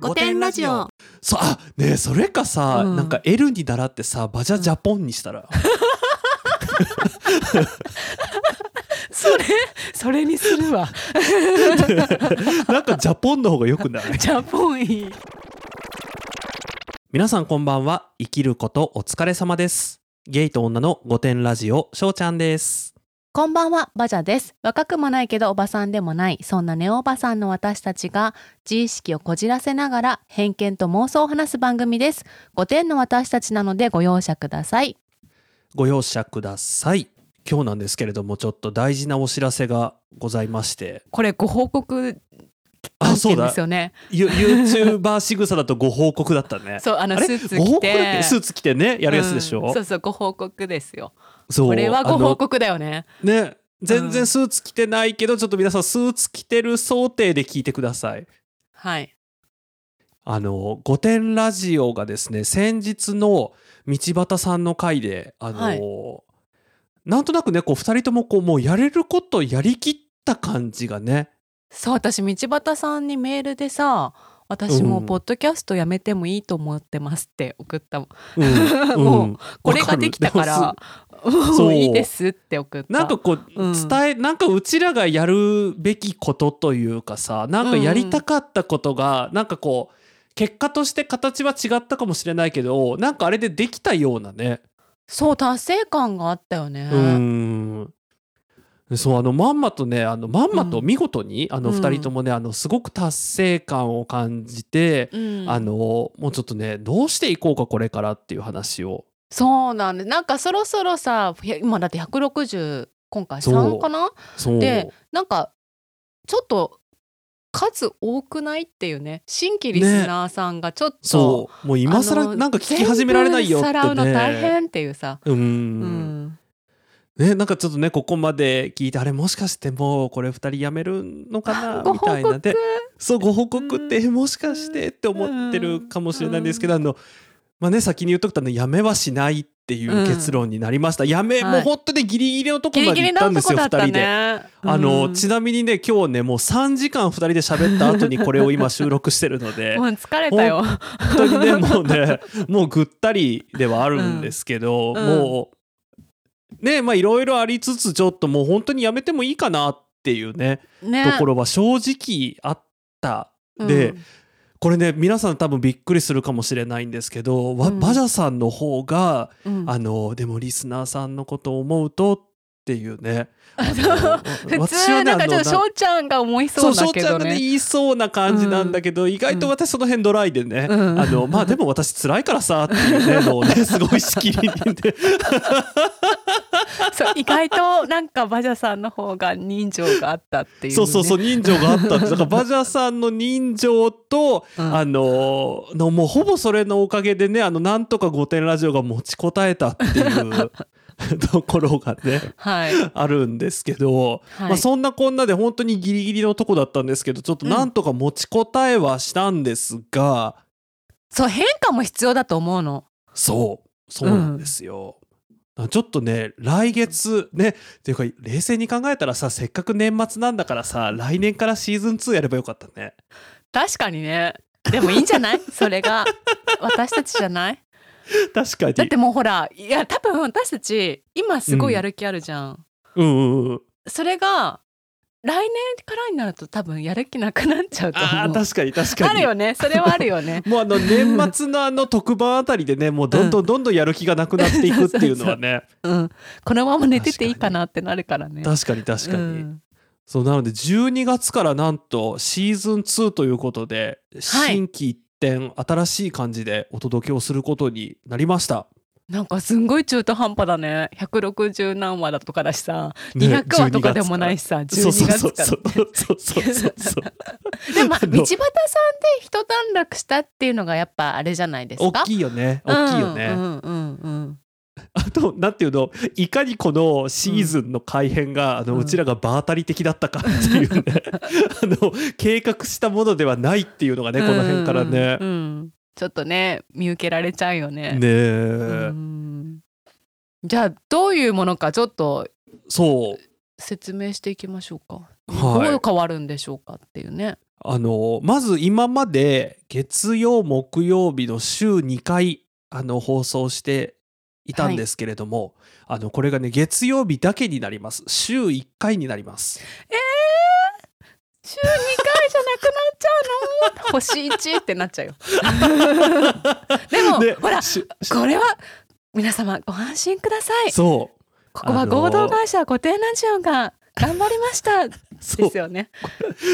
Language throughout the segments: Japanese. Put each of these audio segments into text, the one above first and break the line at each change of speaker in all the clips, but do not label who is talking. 五点ラジオ。
そうあねえそれかさ、
うん
なんか L に習ってさバジャジャポンにしたら、
それ、それにする わ。
なんかジャポンの方がよ くない
ジャポンいい。
皆さんこんばんは生きることお疲れ様ですゲイと女の御殿ラジオしょうちゃんです
こんばんは、バジャです。若くもないけどおばさんでもない、そんなネオおばさんの私たちが、自意識をこじらせながら偏見と妄想を話す番組です。5点の私たちなのでご容赦ください。
ご容赦ください今日なんですけれどもちょっと大事なお知らせがございまして
これご報告
あそうだ
よね。
ユ YouTuber 仕草だとご報告だったね
そう、あの
あれご報告だっけスーツ着てねやるやつでしょ、
そうそう、ご報告ですよ。
そう
これは
あ
ご
の
報告だよね。
ね全然スーツ着てないけど、ちょっと皆さんスーツ着てる想定で聞いてください。
はい。
あの「御殿ラジオ」がですね先日の道端さんの回であの、
はい
なんとなくねこう2人ともこうもうやれることやりきった感じがね
そう私道端さんにメールでさ私も
うん
うポッドキャストやめてもいいと思ってますって送ったもん、
う ん
もう
うん
これができたから も
そう
ういいですって送った
なんかこう
うん
伝え、なんかうちらがやるべきことというかさなんかやりたかったことが、なんかこう結果として形は違ったかもしれないけどなんかあれでできたようなね。
そう達成感があったよね、
うんそうあのまんまとねあのまんまと
うん
見事に、あの
うん
2人ともねあのすごく達成感を感じて、
うん
あのもうちょっとねどうしていこうかこれからっていう話を
そうなんでなんかそろそろさいや今だって160今回
そう
3かな
そう
でなんかちょっと数多くないっていうね新規リスナーさんがちょっと、
そうもう今
あ
更
の
なんか聞き始められないよって
全部さらうの大
ね。
変っていうさ、
うん
うん、
ね、なんかちょっとねここまで聞いてあれもしかしてもうこれ2人やめるのかな
ご
みた
報
いな
告
でそうご報告って、もしかしてって思ってるかもしれないんですけど、あのまあね先に言っとくとあのやめはしないっていう結論になりました、やめ、
はい
もう本当にギリギリのとこ
ギ
ま
リ
で
ギ
行
リ
った
なん
で
と
す
こ
よ、
だ
二
った
人で。
ね。
あの、
うん
ちなみにね今日ねもう3時間2人で喋った後にこれを今収録してるので
もう疲れたよ。
本当にねもうねもうぐったりではあるんですけど、
うん
もうねまあいろいろありつつちょっともう本当にやめてもいいかなっていうね
ね
ところは正直あったで、
うん
これね皆さん多分びっくりするかもしれないんですけど、わ
うん
バジャさんの方が、
うん
あのでもリスナーさんのことを思うとっていうねあの
普
私はね
通なんかちょっと
あの
翔ちゃんが思い
そ
そううだ
翔
け
ちゃ
ど
んがね
ね。
言いそうな感じなんだけど、意外と私その辺ドライでね、
うん
あのまあでも私辛いからさっていうねのをねすごいしきり に言って
そう意外となんかバジャさんの方が人情があったっていうね。
そうそうそう人情があったってだからバジャさんの人情と、
うん
あののもうほぼそれのおかげでねあのなんとか「御殿ラジオ」が持ちこたえたっていうところが ね
はい。
あるんですけど、
はい
まあ、そんなこんなで本当にギリギリのとこだったんですけどちょっとなんとか持ちこたえはしたんですが、
そう変化も必要だと思うの。
そうそうなんですよ。あちょっとね来月ねっていうか冷静に考えたらさせっかく年末なんだからさ来年からシーズン2やればよかったね。
確かにね。でもいいんじゃない？ それが私たちじゃない？
確かに
だってもうほらいや多分私たち今すごいやる気あるじゃん
うんうんうん
それが来年からになると多分やる気なくなっちゃうと思う。
あー確かに確かに。
あるよねそれはあるよね
もうあの年末のあの特番あたりでねもうどんどんどんどんやる気がなくなっていくっていうの はね
うん、 このまま寝てていいかなってなるからね。
確かに確かに、
うん
そうなので12月からなんとシーズン2ということで新規一点新しい感じでお届けをすることになりました、
なんかすんごい中途半端だね160何話だとかだしさ
ね
200話とかでもない
し
し
そ
さ、
う
12
そう
月
そう
か
そうそうそうそうそう
ら。でもま あ
あの
道端さんで一段落したっていうのがやっぱあれじゃないです
大
か。
きいよね大きいよね、
うんうんうん
あとなんていうのいかにこのシーズンの改変が、あの
うん
うちらが場当たり的だったかっていうねあの計画したものではないっていうのが
う
ね
ん、
この辺からね
う、んうんちょっとね見受けられちゃうよ
ね
ね。う
え、
んじゃあどういうものかちょっと
そう
説明していきましょうか。
はい
どう変わるんでしょうかっていうね。
あのまず今まで月曜木曜日の週2回あの放送していたんですけれども、あのこれがね月曜日だけになります週1回になります
週2回じゃなくなっちゃうの星1ってなっちゃう よでも
で
ほら
しし
これは皆様ご安心ください
そう
ここは合同会社固定ラジオが頑張りましたで
そう
すよね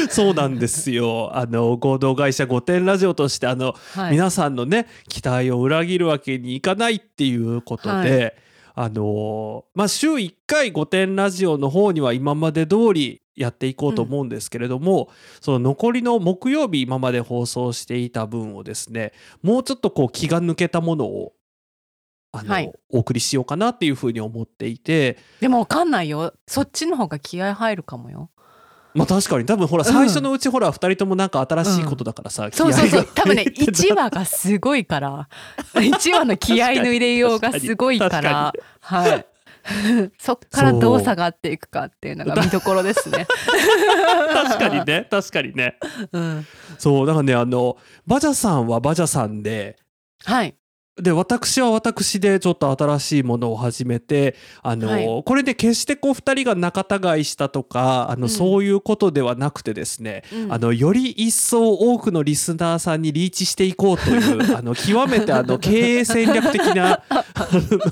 そうなんですよ。あの合同会社御殿ラジオとしてあの、
はい
皆さんのね期待を裏切るわけにいかないっていうことで、あのまあ週1回御殿ラジオの方には今まで通りやっていこうと思うんですけれども、その残りの木曜日今まで放送していた分をですねもうちょっとこう気が抜けたものをあの、
はい
お送りしようかなっていうふうに思っていて
でもわかんないよそっちの方が気合入るかもよ
まあ確かに多分ほら
うん
最初のうちほら2人ともなんか新しいことだからさ、気合
そう
が
そうそう多分ね
入ってた
1話がすごいから1話の気合の入れようがすごいからはい そっからどう下がっていくかっていうのが見どころですね
確かにね確かにね
うん
そうだからねあのバジャさんはバジャさんで
はい
で私は私でちょっと新しいものを始めてあの、
はい
これで決してこう2人が仲違いしたとかあの、
うん
そういうことではなくてですね、
うん
あのより一層多くのリスナーさんにリーチしていこうという あの極めてあの経営戦略的なあ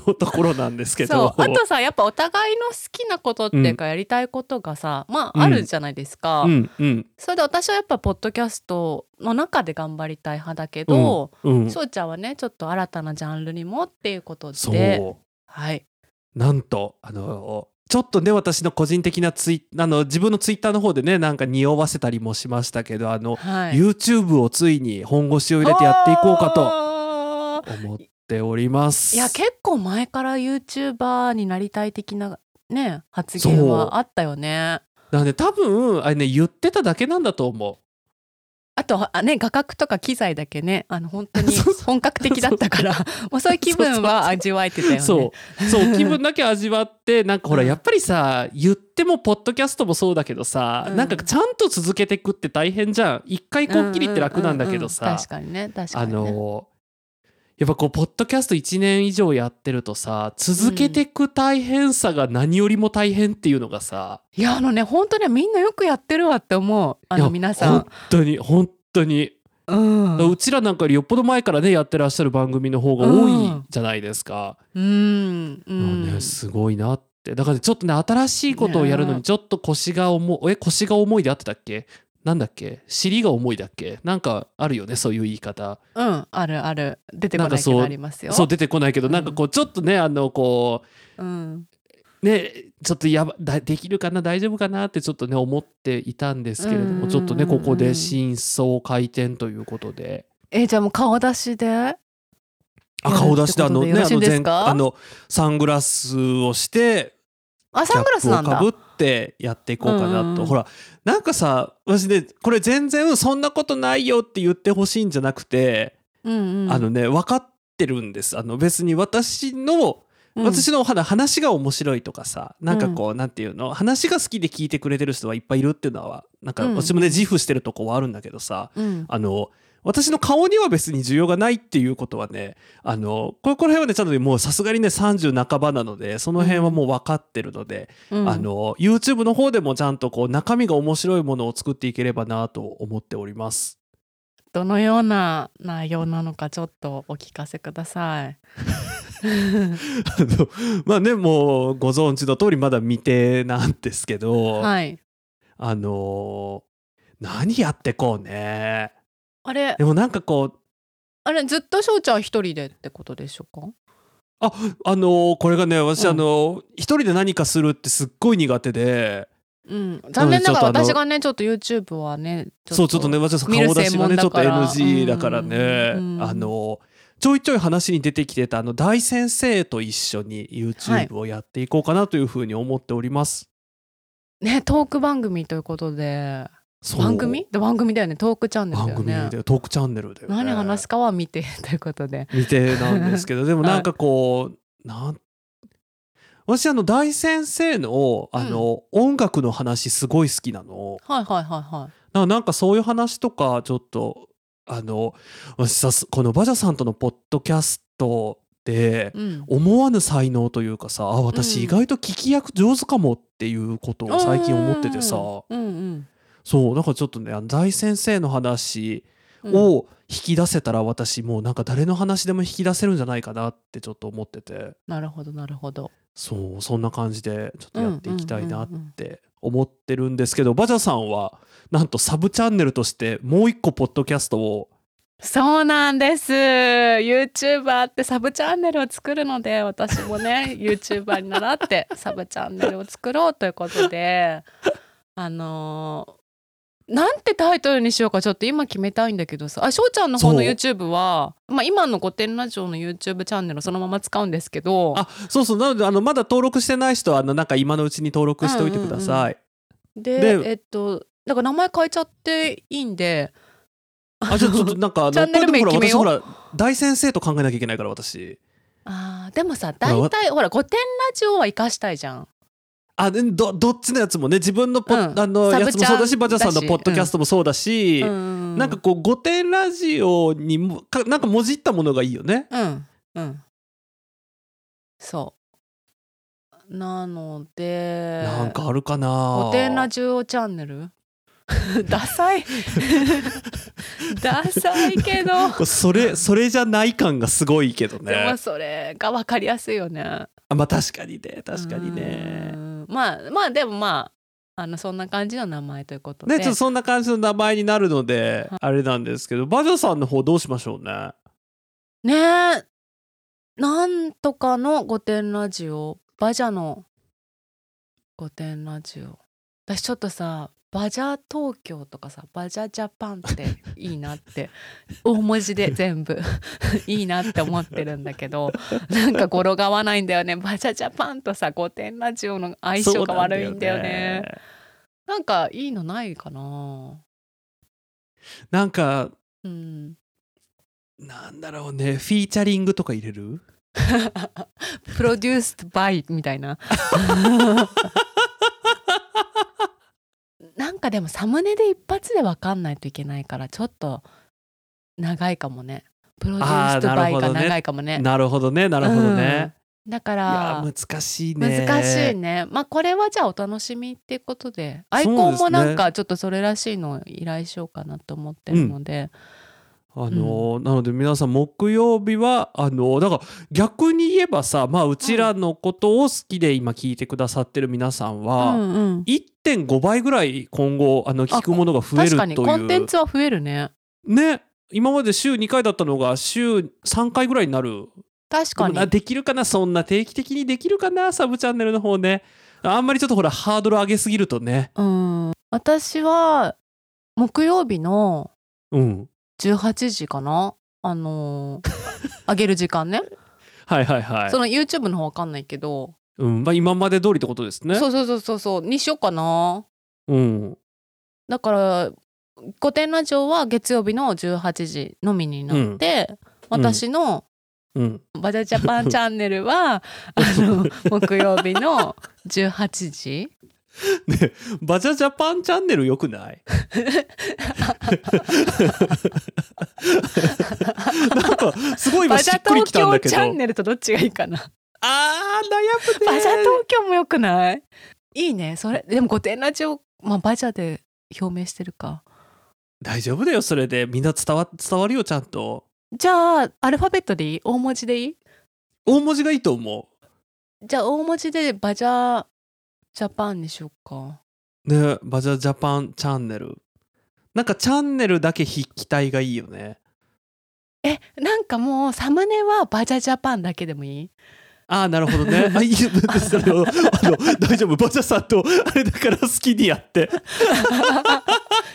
のところなんですけ
そ
ど
うあとさやっぱお互いの好きなことっていうかやりたいことがさ、ま
うん
ああるじゃないですか、
うんうん
それで私はやっぱポッドキャストの中で頑張りたい派だけど、
うん
翔ちゃんはねちょっと新たなジャンルにもっていうことで
そう
はい
なんとあのちょっとね私の個人的なツイあの自分のツイッターの方でねなんか匂わせたりもしましたけどあの、
はい
YouTube をついに本腰を入れてやっていこうかと
と
思っております。
いや結構前から YouTuber になりたい的なね発言はあったよね
なので多分あれね言ってただけなんだと思
あとあね画角とか機材だけねあの本当に
そうそう
本格的だったからもうそういう気分は味わえてた
う。
よね
そう そう気分だけ味わってなんかほら
うん
やっぱりさ言ってもポッドキャストもそうだけどさ、
うん
なんかちゃんと続けてくって大変じゃん一回こっきりって楽なんだけどさ、
うううんうん確かにね確か
あ
にね、
のやっぱこうポッドキャスト1年以上やってるとさ続けてく大変さが何よりも大変っていうのがさ、
いやあのね本当ねみんなよくやってるわって思うあ
いや
の皆さん
本当に本当に、
うん
うちらなんかよりよっぽど前からねやってらっしゃる番組の方が多いじゃないですか、
うんう
もうんね、すごいなってだからちょっとね新しいことをやるのにちょっと腰が重いえ腰が重いであってたっけなんだっけ尻が重いだっけなんかあるよねそういう言い方
うんあるある出てこ
な
な
か
んいけ
そう
どありますよ
そう出てこないけどなんかこうちょっとねあのこう
うん
ね、ちょっとやばだできるかな大丈夫かなってちょっとね思っていたんですけれど
うんうんうん
も
うん
ちょっとねここで真相回転ということで。
えじゃあもう顔出しで
あ
やる
顔出してあの
っ
ね
てことでよろ
あ
しい
の
んです
前
か
あのサングラスをして
あ
キ
サ
ャ
ングラ
ッ
ス
プ
な
を
ん
か
だ
ぶってやっていこうか
うん
な
うんう
と
ん
ほらなんかさ私ねこれ全然そんなことないよって言ってほしいんじゃなくて
うんうん
あのね分かってるんですあの別に私の
うん
私の話話が面白いとかさなんかこう、なんていうの話が好きで聞いてくれてる人はいっぱいいるっていうのはなんか
うん
私もね自負してるとこはあるんだけどさ
うん
あの私の顔には別に需要がないっていうことはねあのこれこの辺はねちゃんとねもうさすがにね30半ばなのでその辺はもう分かってるので、
うん
あの YouTube の方でもちゃんとこう中身が面白いものを作っていければなと思っております。
どのような内容なのかちょっとお聞かせください。
あのまあねもうご存知の通りまだ未定なんですけど。
はい。
あのー何やってこうね。
あれ
でもなんかこう、
あれずっとしょうちゃん一人でってことでしょうか？
あのーこれがね、私、
うん
あのー一人で何かするってすっごい苦手で、
うん。残念ながら
ちょっとあの
私がねちょっと YouTube はね
そう、ちょっとね、私、
見る
顔出しがね、ちょ
専
っと
門だから
NG だからね、
うん
あのーちょいちょい話に出てきてたあの大先生と一緒に YouTube をやっていこうかなというふうに思っております。
ねトーク番組ということで
そう
番組で番組だよねトークチャンネルだ
番
よ
組
ね。
でトークチャンネルだよね。
何話すかは見て ということで。
未定なんです けどでもなんかこう、なん私あの大先生のあの、音楽の話すごい好きなの
はいはいはいは
ななんかそういう話とかちょっとあの私さすこのバジャさんとのポッドキャストで
うん、
思わぬ才能というかさあ
うん
私意外と聞き役上手かもっていうことを最近思っててさ、
うんうん
そうなんかちょっとねあの大先生の話
うん、
を引き出せたら私もうなんか誰の話でも引き出せるんじゃないかなってちょっと思ってて
なるほどなるほど
そうそんな感じでちょっとやっていきたいなっ
うんうんうんうん
て思ってるんですけどバジャさんはなんとサブチャンネルとしてもう一個ポッドキャストを
そうなんです YouTuber ってサブチャンネルを作るので私 もね YouTuber に習ってサブチャンネルを作ろうということであのーなんてタイトルにしようかちょっと今決めたいんだけどさあ翔ちゃんの方の
そう
YouTube は、まあ、今の「御殿ラジオ」の YouTube チャンネルをそのまま使うんですけど
あそうそうなのであのまだ登録してない人はあのなんか今のうちに登録しておいてください、
で
で
えっとだから名前変えちゃっていいんで
あじゃあちょっとなんかあの
チャンネル名
これでも
決めよ
ほ
う
ら私ほら大先生と考えなきゃいけないから私
あーでもさ大体ほら「御殿ラジオ」は生かしたいじゃん。
あでどどっちのやつもね自分のポッ、
うん
あの
サブ
やつもそうだ
チャ
し
ン
バジャさんの
だし
ポッドキャストもそうだし、
うん
なんかこう「御殿ラジオ」にもかなんかもじったものがいいよね。
うんうんそうなので
なんかあるかな
御殿ラジオチャンネル ダサい ダサいけど
そ れそれじゃない感がすごいけど
でも
ね。
それが分かりやすいよね
あまあ確かにね確かにね
う。んまあまあでもまああのそんな感じの名前ということで、
ねちょっとそんな感じの名前になるのであれなんですけどバジャさんの方どうしましょうね。
ねえなんとかの御殿ラジオバジャの御殿ラジオ私ちょっとさバジャ東京とかさバジャジャパンっていいなって大文字で全部いいなって思ってるんだけどなんか語呂が合わないんだよねバジャジャパンとさ御殿ラジオの相性が悪いんだよね
そうなんだよね
なんかいいのないかな
なんか
うん
なんだろうねフィーチャリングとか入れる
プロデュースバイみた いな。なんかでもサムネで一発で分かんないといけないからちょっと長いかもね。プロデュース
あー
バイ
なる
が
ほどね
長いかもね。
なるほどねなるほどね。
うんだか
いや
ら
難しいね
難しいね。まあこれはじゃあお楽しみってことでアイコンもなんかちょっとそれらしいのを依頼しようかなと思ってるので。
あのーなので皆さん木曜日はあのーだから逆に言えばさ、まあ、うちらのことを好きで今聞いてくださってる皆さんは、
うんうん
1.5倍ぐらい今後あの聞くものが増え
確
る
か
と
に
いう
コンテンツは増えるね。
ね今まで週2回だったのが週3回ぐらいになる
確かに
でもな。できるかなそんな定期的にできるかなサブチャンネルの方ねあんまりちょっとほらハードル上げすぎるとね
うん、私は木曜日の
うん
18時かなあのー 上げる時間ね、
はいはいはい
その YouTube の方わかんないけど、
うんまあ、今まで通りってことですね
そうそうそうそうそうにしようかな
うん
だから「御殿ラジオ」は月曜日の18時のみになって、私の
うん
「バジャジャパンチャンネル は」あの木曜日の18時
ねバジャジャパンチャンネルよく ないなんかすごい今
バジ
し
ャ
っくり
東
きたん
京
だけ
チ
ど
ャンネルとどっちがいいかな
あー悩むね
バジャ東京もよくないいいねそれでも御殿ラジオ、まあ、バジャで表明してるか
大丈夫だよそれでみんな伝わ伝わるよちゃんと
じゃあアルファベットでいい大文字でいい
大文字がいいと思
じゃあ大文字でバジャジャパンにしようか
うねバジャジャパンチャンネルなんかチャンネルだけ筆記体がいいよね
えなんかもうサムネはバジャジャパンだけでもいい
ああなるほど ねあいいよだってそれをあの大丈夫バジャさんとあれだから好きにやって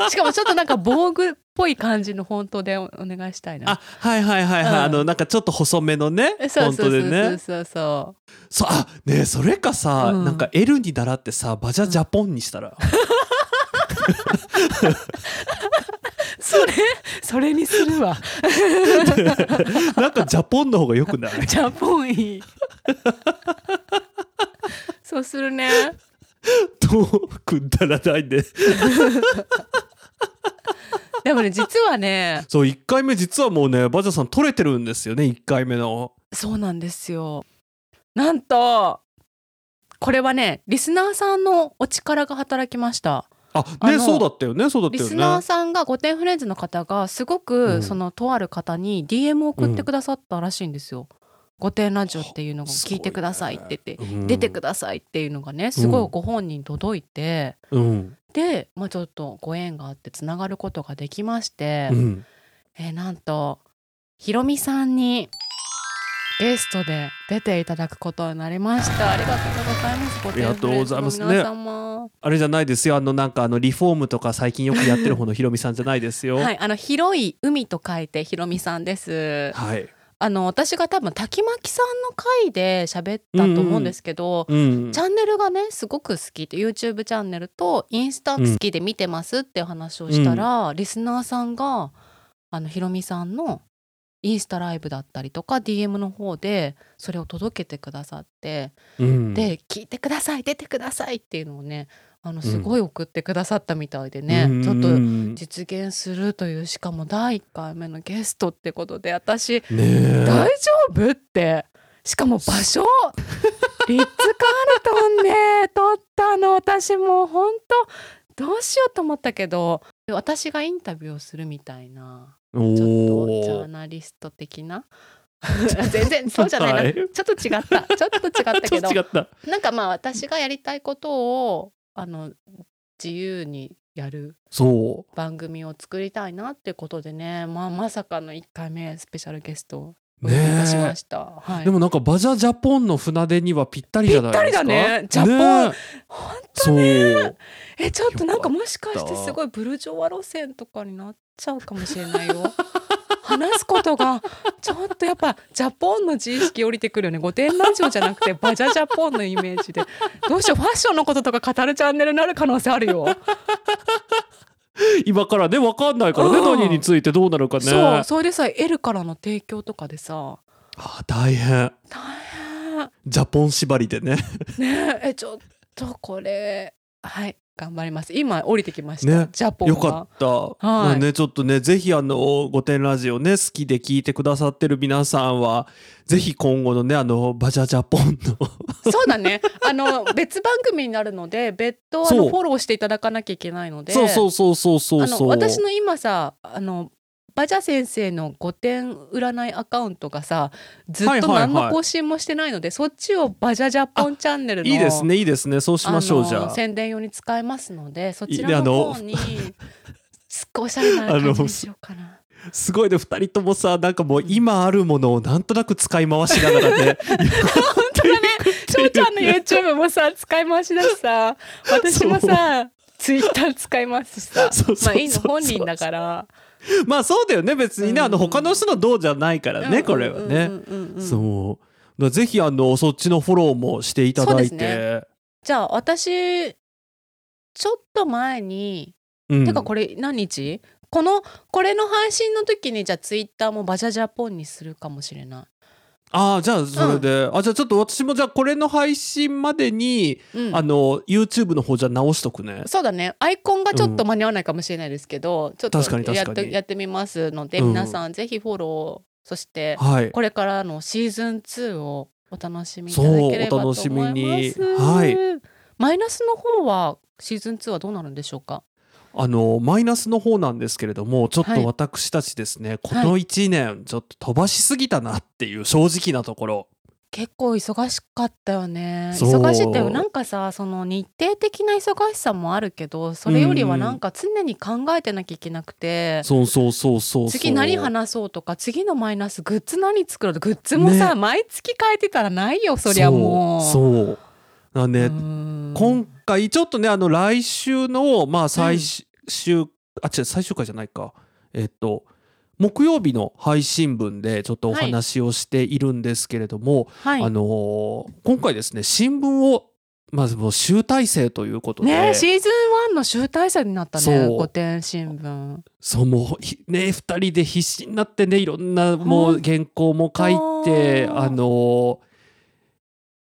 しかもちょっとなんか防具っぽい感じのフォントでおお願いしたいな
あはいはいはいはい、
うん
あのなんかちょっと細めのね
え
フォ
そう
ン
そ
ト
うそ
で
うそう
ね
そうそ
そうあねえそれかさ、
うん
なんか L に習ってさバジャジャポンにしたら、
うそれそれにするわ
なんかジャポンの方がよくない
ジャポンいい そうするね
とくだらないで
でもね実はね
そう1回目実はもうねバジャさん取れてるんですよね1回目の
そうなんですよなんとこれはねリスナーさんのお力が働きました
あ
あ
ね
の
そうだったよねそうだっ
リ
たよ
ス
ね
ナーさんが御殿フレンズの方がすごく、
うん
そのとある方に DM を送ってくださったらしいんですよ。御殿ラジオっていうのを聞いてくださいって言って、出てく
だ
ださいっていうのがねすごいご本人届いて、
うん
で、まあ、ちょっとご縁があってつながることができまして、
うん
えーなんとひろみさんにゲストで出ていただくことになりましたありがとうございますご
りがとうございますね
皆様、
あれじゃないですよあのなんかあのリフォームとか最近よくやってる方のひろみさんじゃないですよ
はい、あの広い海と書いてひろみさんです。
はい
あの私が多分滝巻さんの回で喋ったと思うんですけど、
うん
チャンネルがねすごく好きって YouTube チャンネルとインスタ好きで見てますっていう話をしたら、リスナーさんがあのひろみさんのインスタライブだったりとか DM の方でそれを届けてくださって、
うん
で聞いてください出てくださいっていうのをねあのすごい送ってくださったみたいでね、
うん
ちょっと実現するというしかも第1回目のゲストってことで私
ねえ
大丈夫ってしかも場 所リッツ・カールトンね撮ったの私もうほんとどうしようと思ったけど私がインタビューをするみたいな
お
ちょっとジャー
ー
ナリスト的な全然そうじゃないな、
はい
ちょっと違ったちょっと違った
ちょ
け
っ
ど
と違った
なんかまあ私がやりたいことをあの自由にやる
そう
番組を作りたいなってことでね、まあ、まさかの1回目スペシャルゲストをお
ね
迎
え
えしました、はい、
でもなんかバジャジャポンの船出にはぴったりじゃないですか。
ぴったりだねジャポン
ね
ほん
そう。
えちょっとなんかもしかしてすごいブルジョワ路線とかになっちゃうかもしれな いよ話すことがちょっとやっぱジャポンの自意識降りてくるよね御殿ラジオじゃなくてバジャジャポンのイメージでどうしようファッションのこととか語るチャンネルになる可能性あるよ、
今からねわかんないからね、
うん
何についてどうなるかね。
そうそれでさ L からの提供とかでさ
あ大変。
大変
ジャポン縛りでね。
ね ええちょっとこれはい頑張ります今降りてきました、
ね
ジャポン
よ
が
かった。まあねちょっとねぜひあの御殿ラジオね好きで聞いてくださってる皆さんはぜひ今後のねあのバジャジャポンの
そうだねあの別番組になる ので別途あ
そ
の
う
フォローしていただかなきゃいけないので
そうそうそうそうそうそう。
あの私の今さあのバジャ先生の5点占いアカウントがさずっ
はい
と
はいはい
何の更新もしてないので、そっちをバジャジャポンチャンネルの
いいですねいいですねそうしましょう
あの
じゃあ。
宣伝用に使えますのでそち
いで
ら
あ
の
の
方にすっごいおしゃれな感じにしようか な。
すごいね2人ともさなんかもう今あるものをなんとなく使い回しながらね
本当だね 翔ちゃんの YouTube もさ使い回しだしさ私もさ Twitter 使い ますし さ
そうそうそう
まあいいの本人だから
まあそうだよね別にね、
うん
あの他の人のどうじゃないからね、これはね、
うんうんうんうん
そうだからぜひあのそっちのフォローもしていただい
そう
て
でじゃあ私ちょっと前に、
うん
てかこれ何日このこれの配信の時にじゃあ Twitter もバジャジャポンにするかもしれな
ああじゃあそれで、あじゃあちょっと私もじゃあこれの配信までに、
い、うん
あの YouTube の方じゃあ直しとくね
そうだねアイコンがちょっと間に合わないかもしれないですけど、ちょっ
確かに
と
確
やっ
かに
てやってみますので、
うん
皆さんぜひフォローそして
はい
これからのシーズン2をお楽しみいただければと思います。
そうお楽しみにはい
マイナスの方はシーズン2はどうなるんでしょうか。
あのマイナスの方なんですけれどもちょっ
はい
と私たちですね、この1年ちょっと飛ばしすぎたなっていう正直なところ
結構忙しかったよね。
そう
忙しいってなんかさ、その日程的な忙しさもあるけど、それよりはなんか常に考えてなきゃいけなくて。
そうそうそうそうそう
次何話そうとか次のマイナスグッズ何作ろうとグッズも
ね
さ、毎月変えてたらないよそりゃもう
そうそうだからね、
うん
今回ちょっとねあの来週のまあ最終、あ違う最終回じゃないかえっと木曜日の配信分でちょっとお話をしているんですけれども、
はい
あのー今回ですね新聞をまずもう集大成ということで、
ねシーズン1の集大成になったね
そう
古典新聞
そうもうひね2人で必死になってねいろんなも
ほん
う原稿も書いて
と
あのー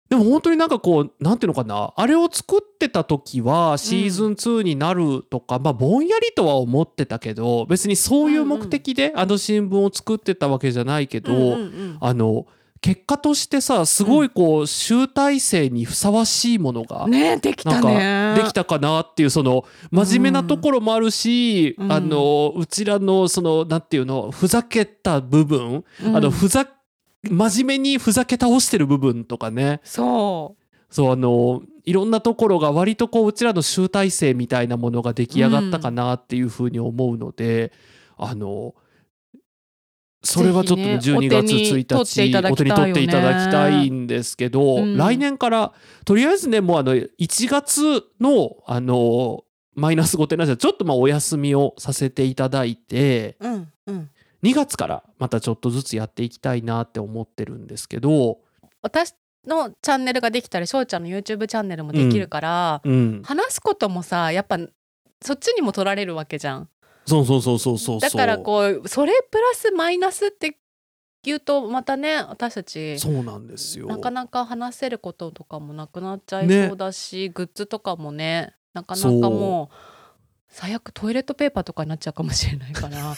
でも本当になんかこうなんていうのかなあれを作ってた時はシーズン2になるとか、まあぼんやりとは思ってたけど別にそういう目的であの新聞を作ってたわけじゃないけど、
うんうんうん
あの結果としてさすごいこう集大成にふさわしいものが
ねえできた
なん
ね
かできたかなっていうその真面目なところもあるし、
うん
あのうちらのそのなんていうのふざけた部分、
うん
あのふざ真面目にふざけ倒してる部分とかね
そ
そうあのいろんなところが割とこううちらの集大成みたいなものが出来上がったかなっていうふうに思うので、あのそれはちょっとね
ぜひね
12月1日
お手に取っていただきたいよね
お手に取っていただきたいんですけど、
うん
来年からとりあえずねもうあの1月のあのマイナス5点なんですがちょっとまあお休みをさせていただいて
ううんうん
2月からまたちょっとずつやっていきたいなって思ってるんですけど、
私のチャンネルができたり翔ちゃんの YouTube チャンネルもできるから、
うん、
話すこともさやっぱそっちにも取られるわけじゃん
そうそうそうそうそうそう
だからこうそれプラスマイナスって言うとまたね私たち
そうなんですよ。
なかなか話せることとかもなくなっちゃいそうだし、グッズとかもねなかなかもう最悪トイレットペーパーとかになっちゃうかもしれないから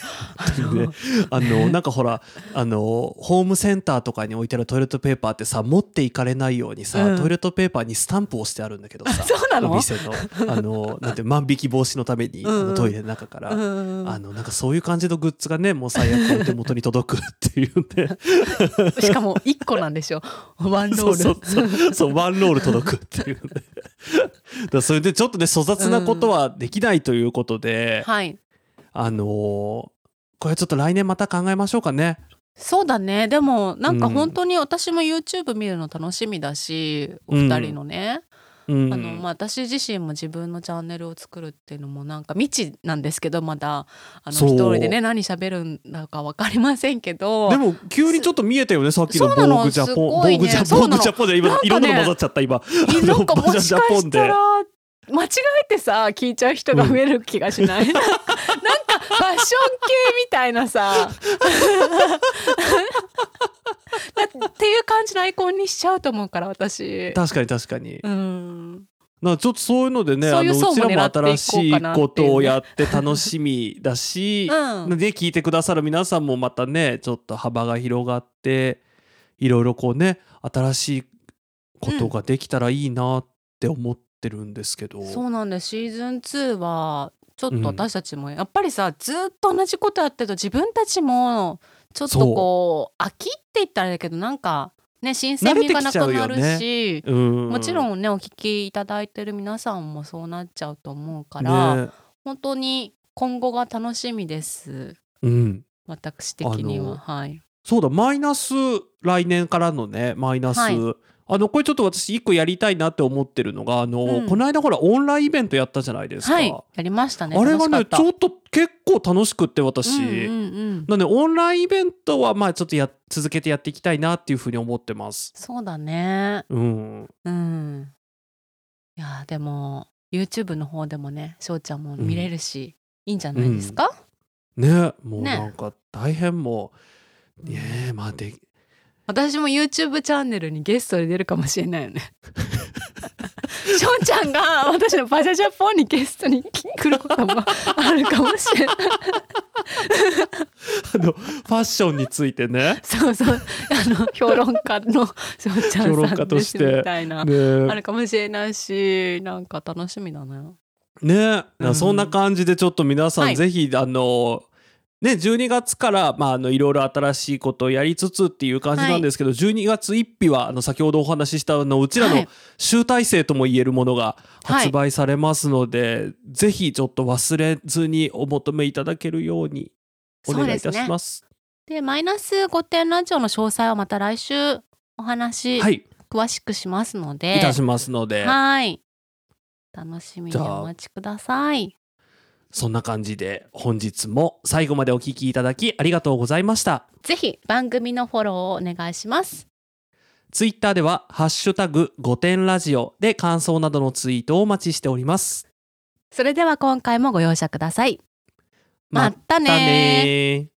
あ の
ねあのなんかほらあのホームセンターとかに置いてあるトイレットペーパーってさ持っていかれないようにさ、
うん
トイレットペーパーにスタンプをしてあるんだけどさ
そうな
お
の
店のあのなんて万引き防止のために、
うんうん
あのトイレの中から。
うん
あのなんかそういう感じのグッズがねもう最悪お手元に届くっていうね
しかも1個なん でしょワンロー
そう
ル
そうそうそうワンロール届くっていうねだからそれでちょっとね粗雑なことはできないということで、
はい
あのーこれちょっと来年また考えましょうかね。
そうだねでもなんか
うん
本当に私も YouTube 見るの楽しみだし、
うん
お二人のね、
うん
あのまあ、私自身も自分のチャンネルを作るっていうのもなんか未知なんですけどまだあの
そう
一人でね何喋るんだか分かりませんけど
でも急にちょっと見えたよねさっきの
そうなの
防具ジャポン、
すごいね
防具ジャ
そう
ポ
な
ン防
の
具ジャポンで今
なんかね
いろんなの混ざっちゃった今
いなんか
あの
も
防具
し
ジ
か
ャポ
し
ン
た
で
ら間違えてさ聞いちゃう人が増える気がしない、 なんかファッション系みたいなさ だっていう感じのアイコンにしちゃうと思うから私。
確かに確かに
うん
なんかちょっとそういうのでね
そういう
あの
層
う
も
ちら
狙っていこうかなってい
も新しい
うね
ことをやって楽しみだし、
うん
ね聞いてくださる皆さんもまたねちょっと幅が広がっていろいろこうね新しいことができたらいいなって思ってるんですけど、
そうなんですシーズン2はちょっ
うん
と私たちもやっぱりさ、ずっと同じことやってると自分たちもちょっとこう飽きって言ったらあれだけどなんかね新鮮味がなくな
慣れてきちゃう
る
よ
し、
うん
もちろんねお聞きいただいてる皆さんもそうなっちゃうと思うから、
ね
本当に今後が楽しみです
うん
私的にははい。
そうだマイナス来年からのねマイナス、
はい
あのこれちょっと私一個やりたいなって思ってるのがあの、
うん
この間ほらオンラインイベントやったじゃないですか、
はい、やりましたね。
あれがね
楽しか
ちょっと結構楽しくって私、
ったうんうんうん、
なんでオンラインイベントはまあちょっとや続けてやっていきたいなっていうふうに思ってます
そうだね。
うん
うん。いやーでも YouTube の方でもね翔ちゃんも
うん
見れるし、いいんじゃないですか、
ねもう
ね
なんか大変もうねえまあで
私も YouTube チャンネルにゲストで出るかもしれないよね 翔ちゃんが私の「バジャジャポン」にゲストに来ることもあるかもしれない
あのファッションについてね
そうそうあの評論家の翔ちゃ
評論
んさ
家
ん
と
で
し
す
て
みたいな、
ね
あるかもしれないしなんか楽しみだね
ね、
うん
そんな感じでちょっと皆さ
は
ん
い
ぜひ、あのね12月からまああのいろいろ新しいことをやりつつっていう感じなんですけど、12月1日はあの先ほどお話ししたあのうちら
は
の
い
集大成とも言えるものが
はい
発売されますので、ぜひちょっと忘れずにお求めいただけるようにお願いいたします。
でマイナス5点ラジオの詳細はまた来週お話
はい、
詳しくしますので、
いたしますので
はい楽しみにお待ちください
そんな感じで本日も最後までお聞きいただきありがとうございました。
ぜひ番組のフォローをお願いします
ツイッターでは「ハッシュタグ5点ラジオ」で感想などのツイートをお待ちしております。
それでは今回もご容赦くださいまったね
またねー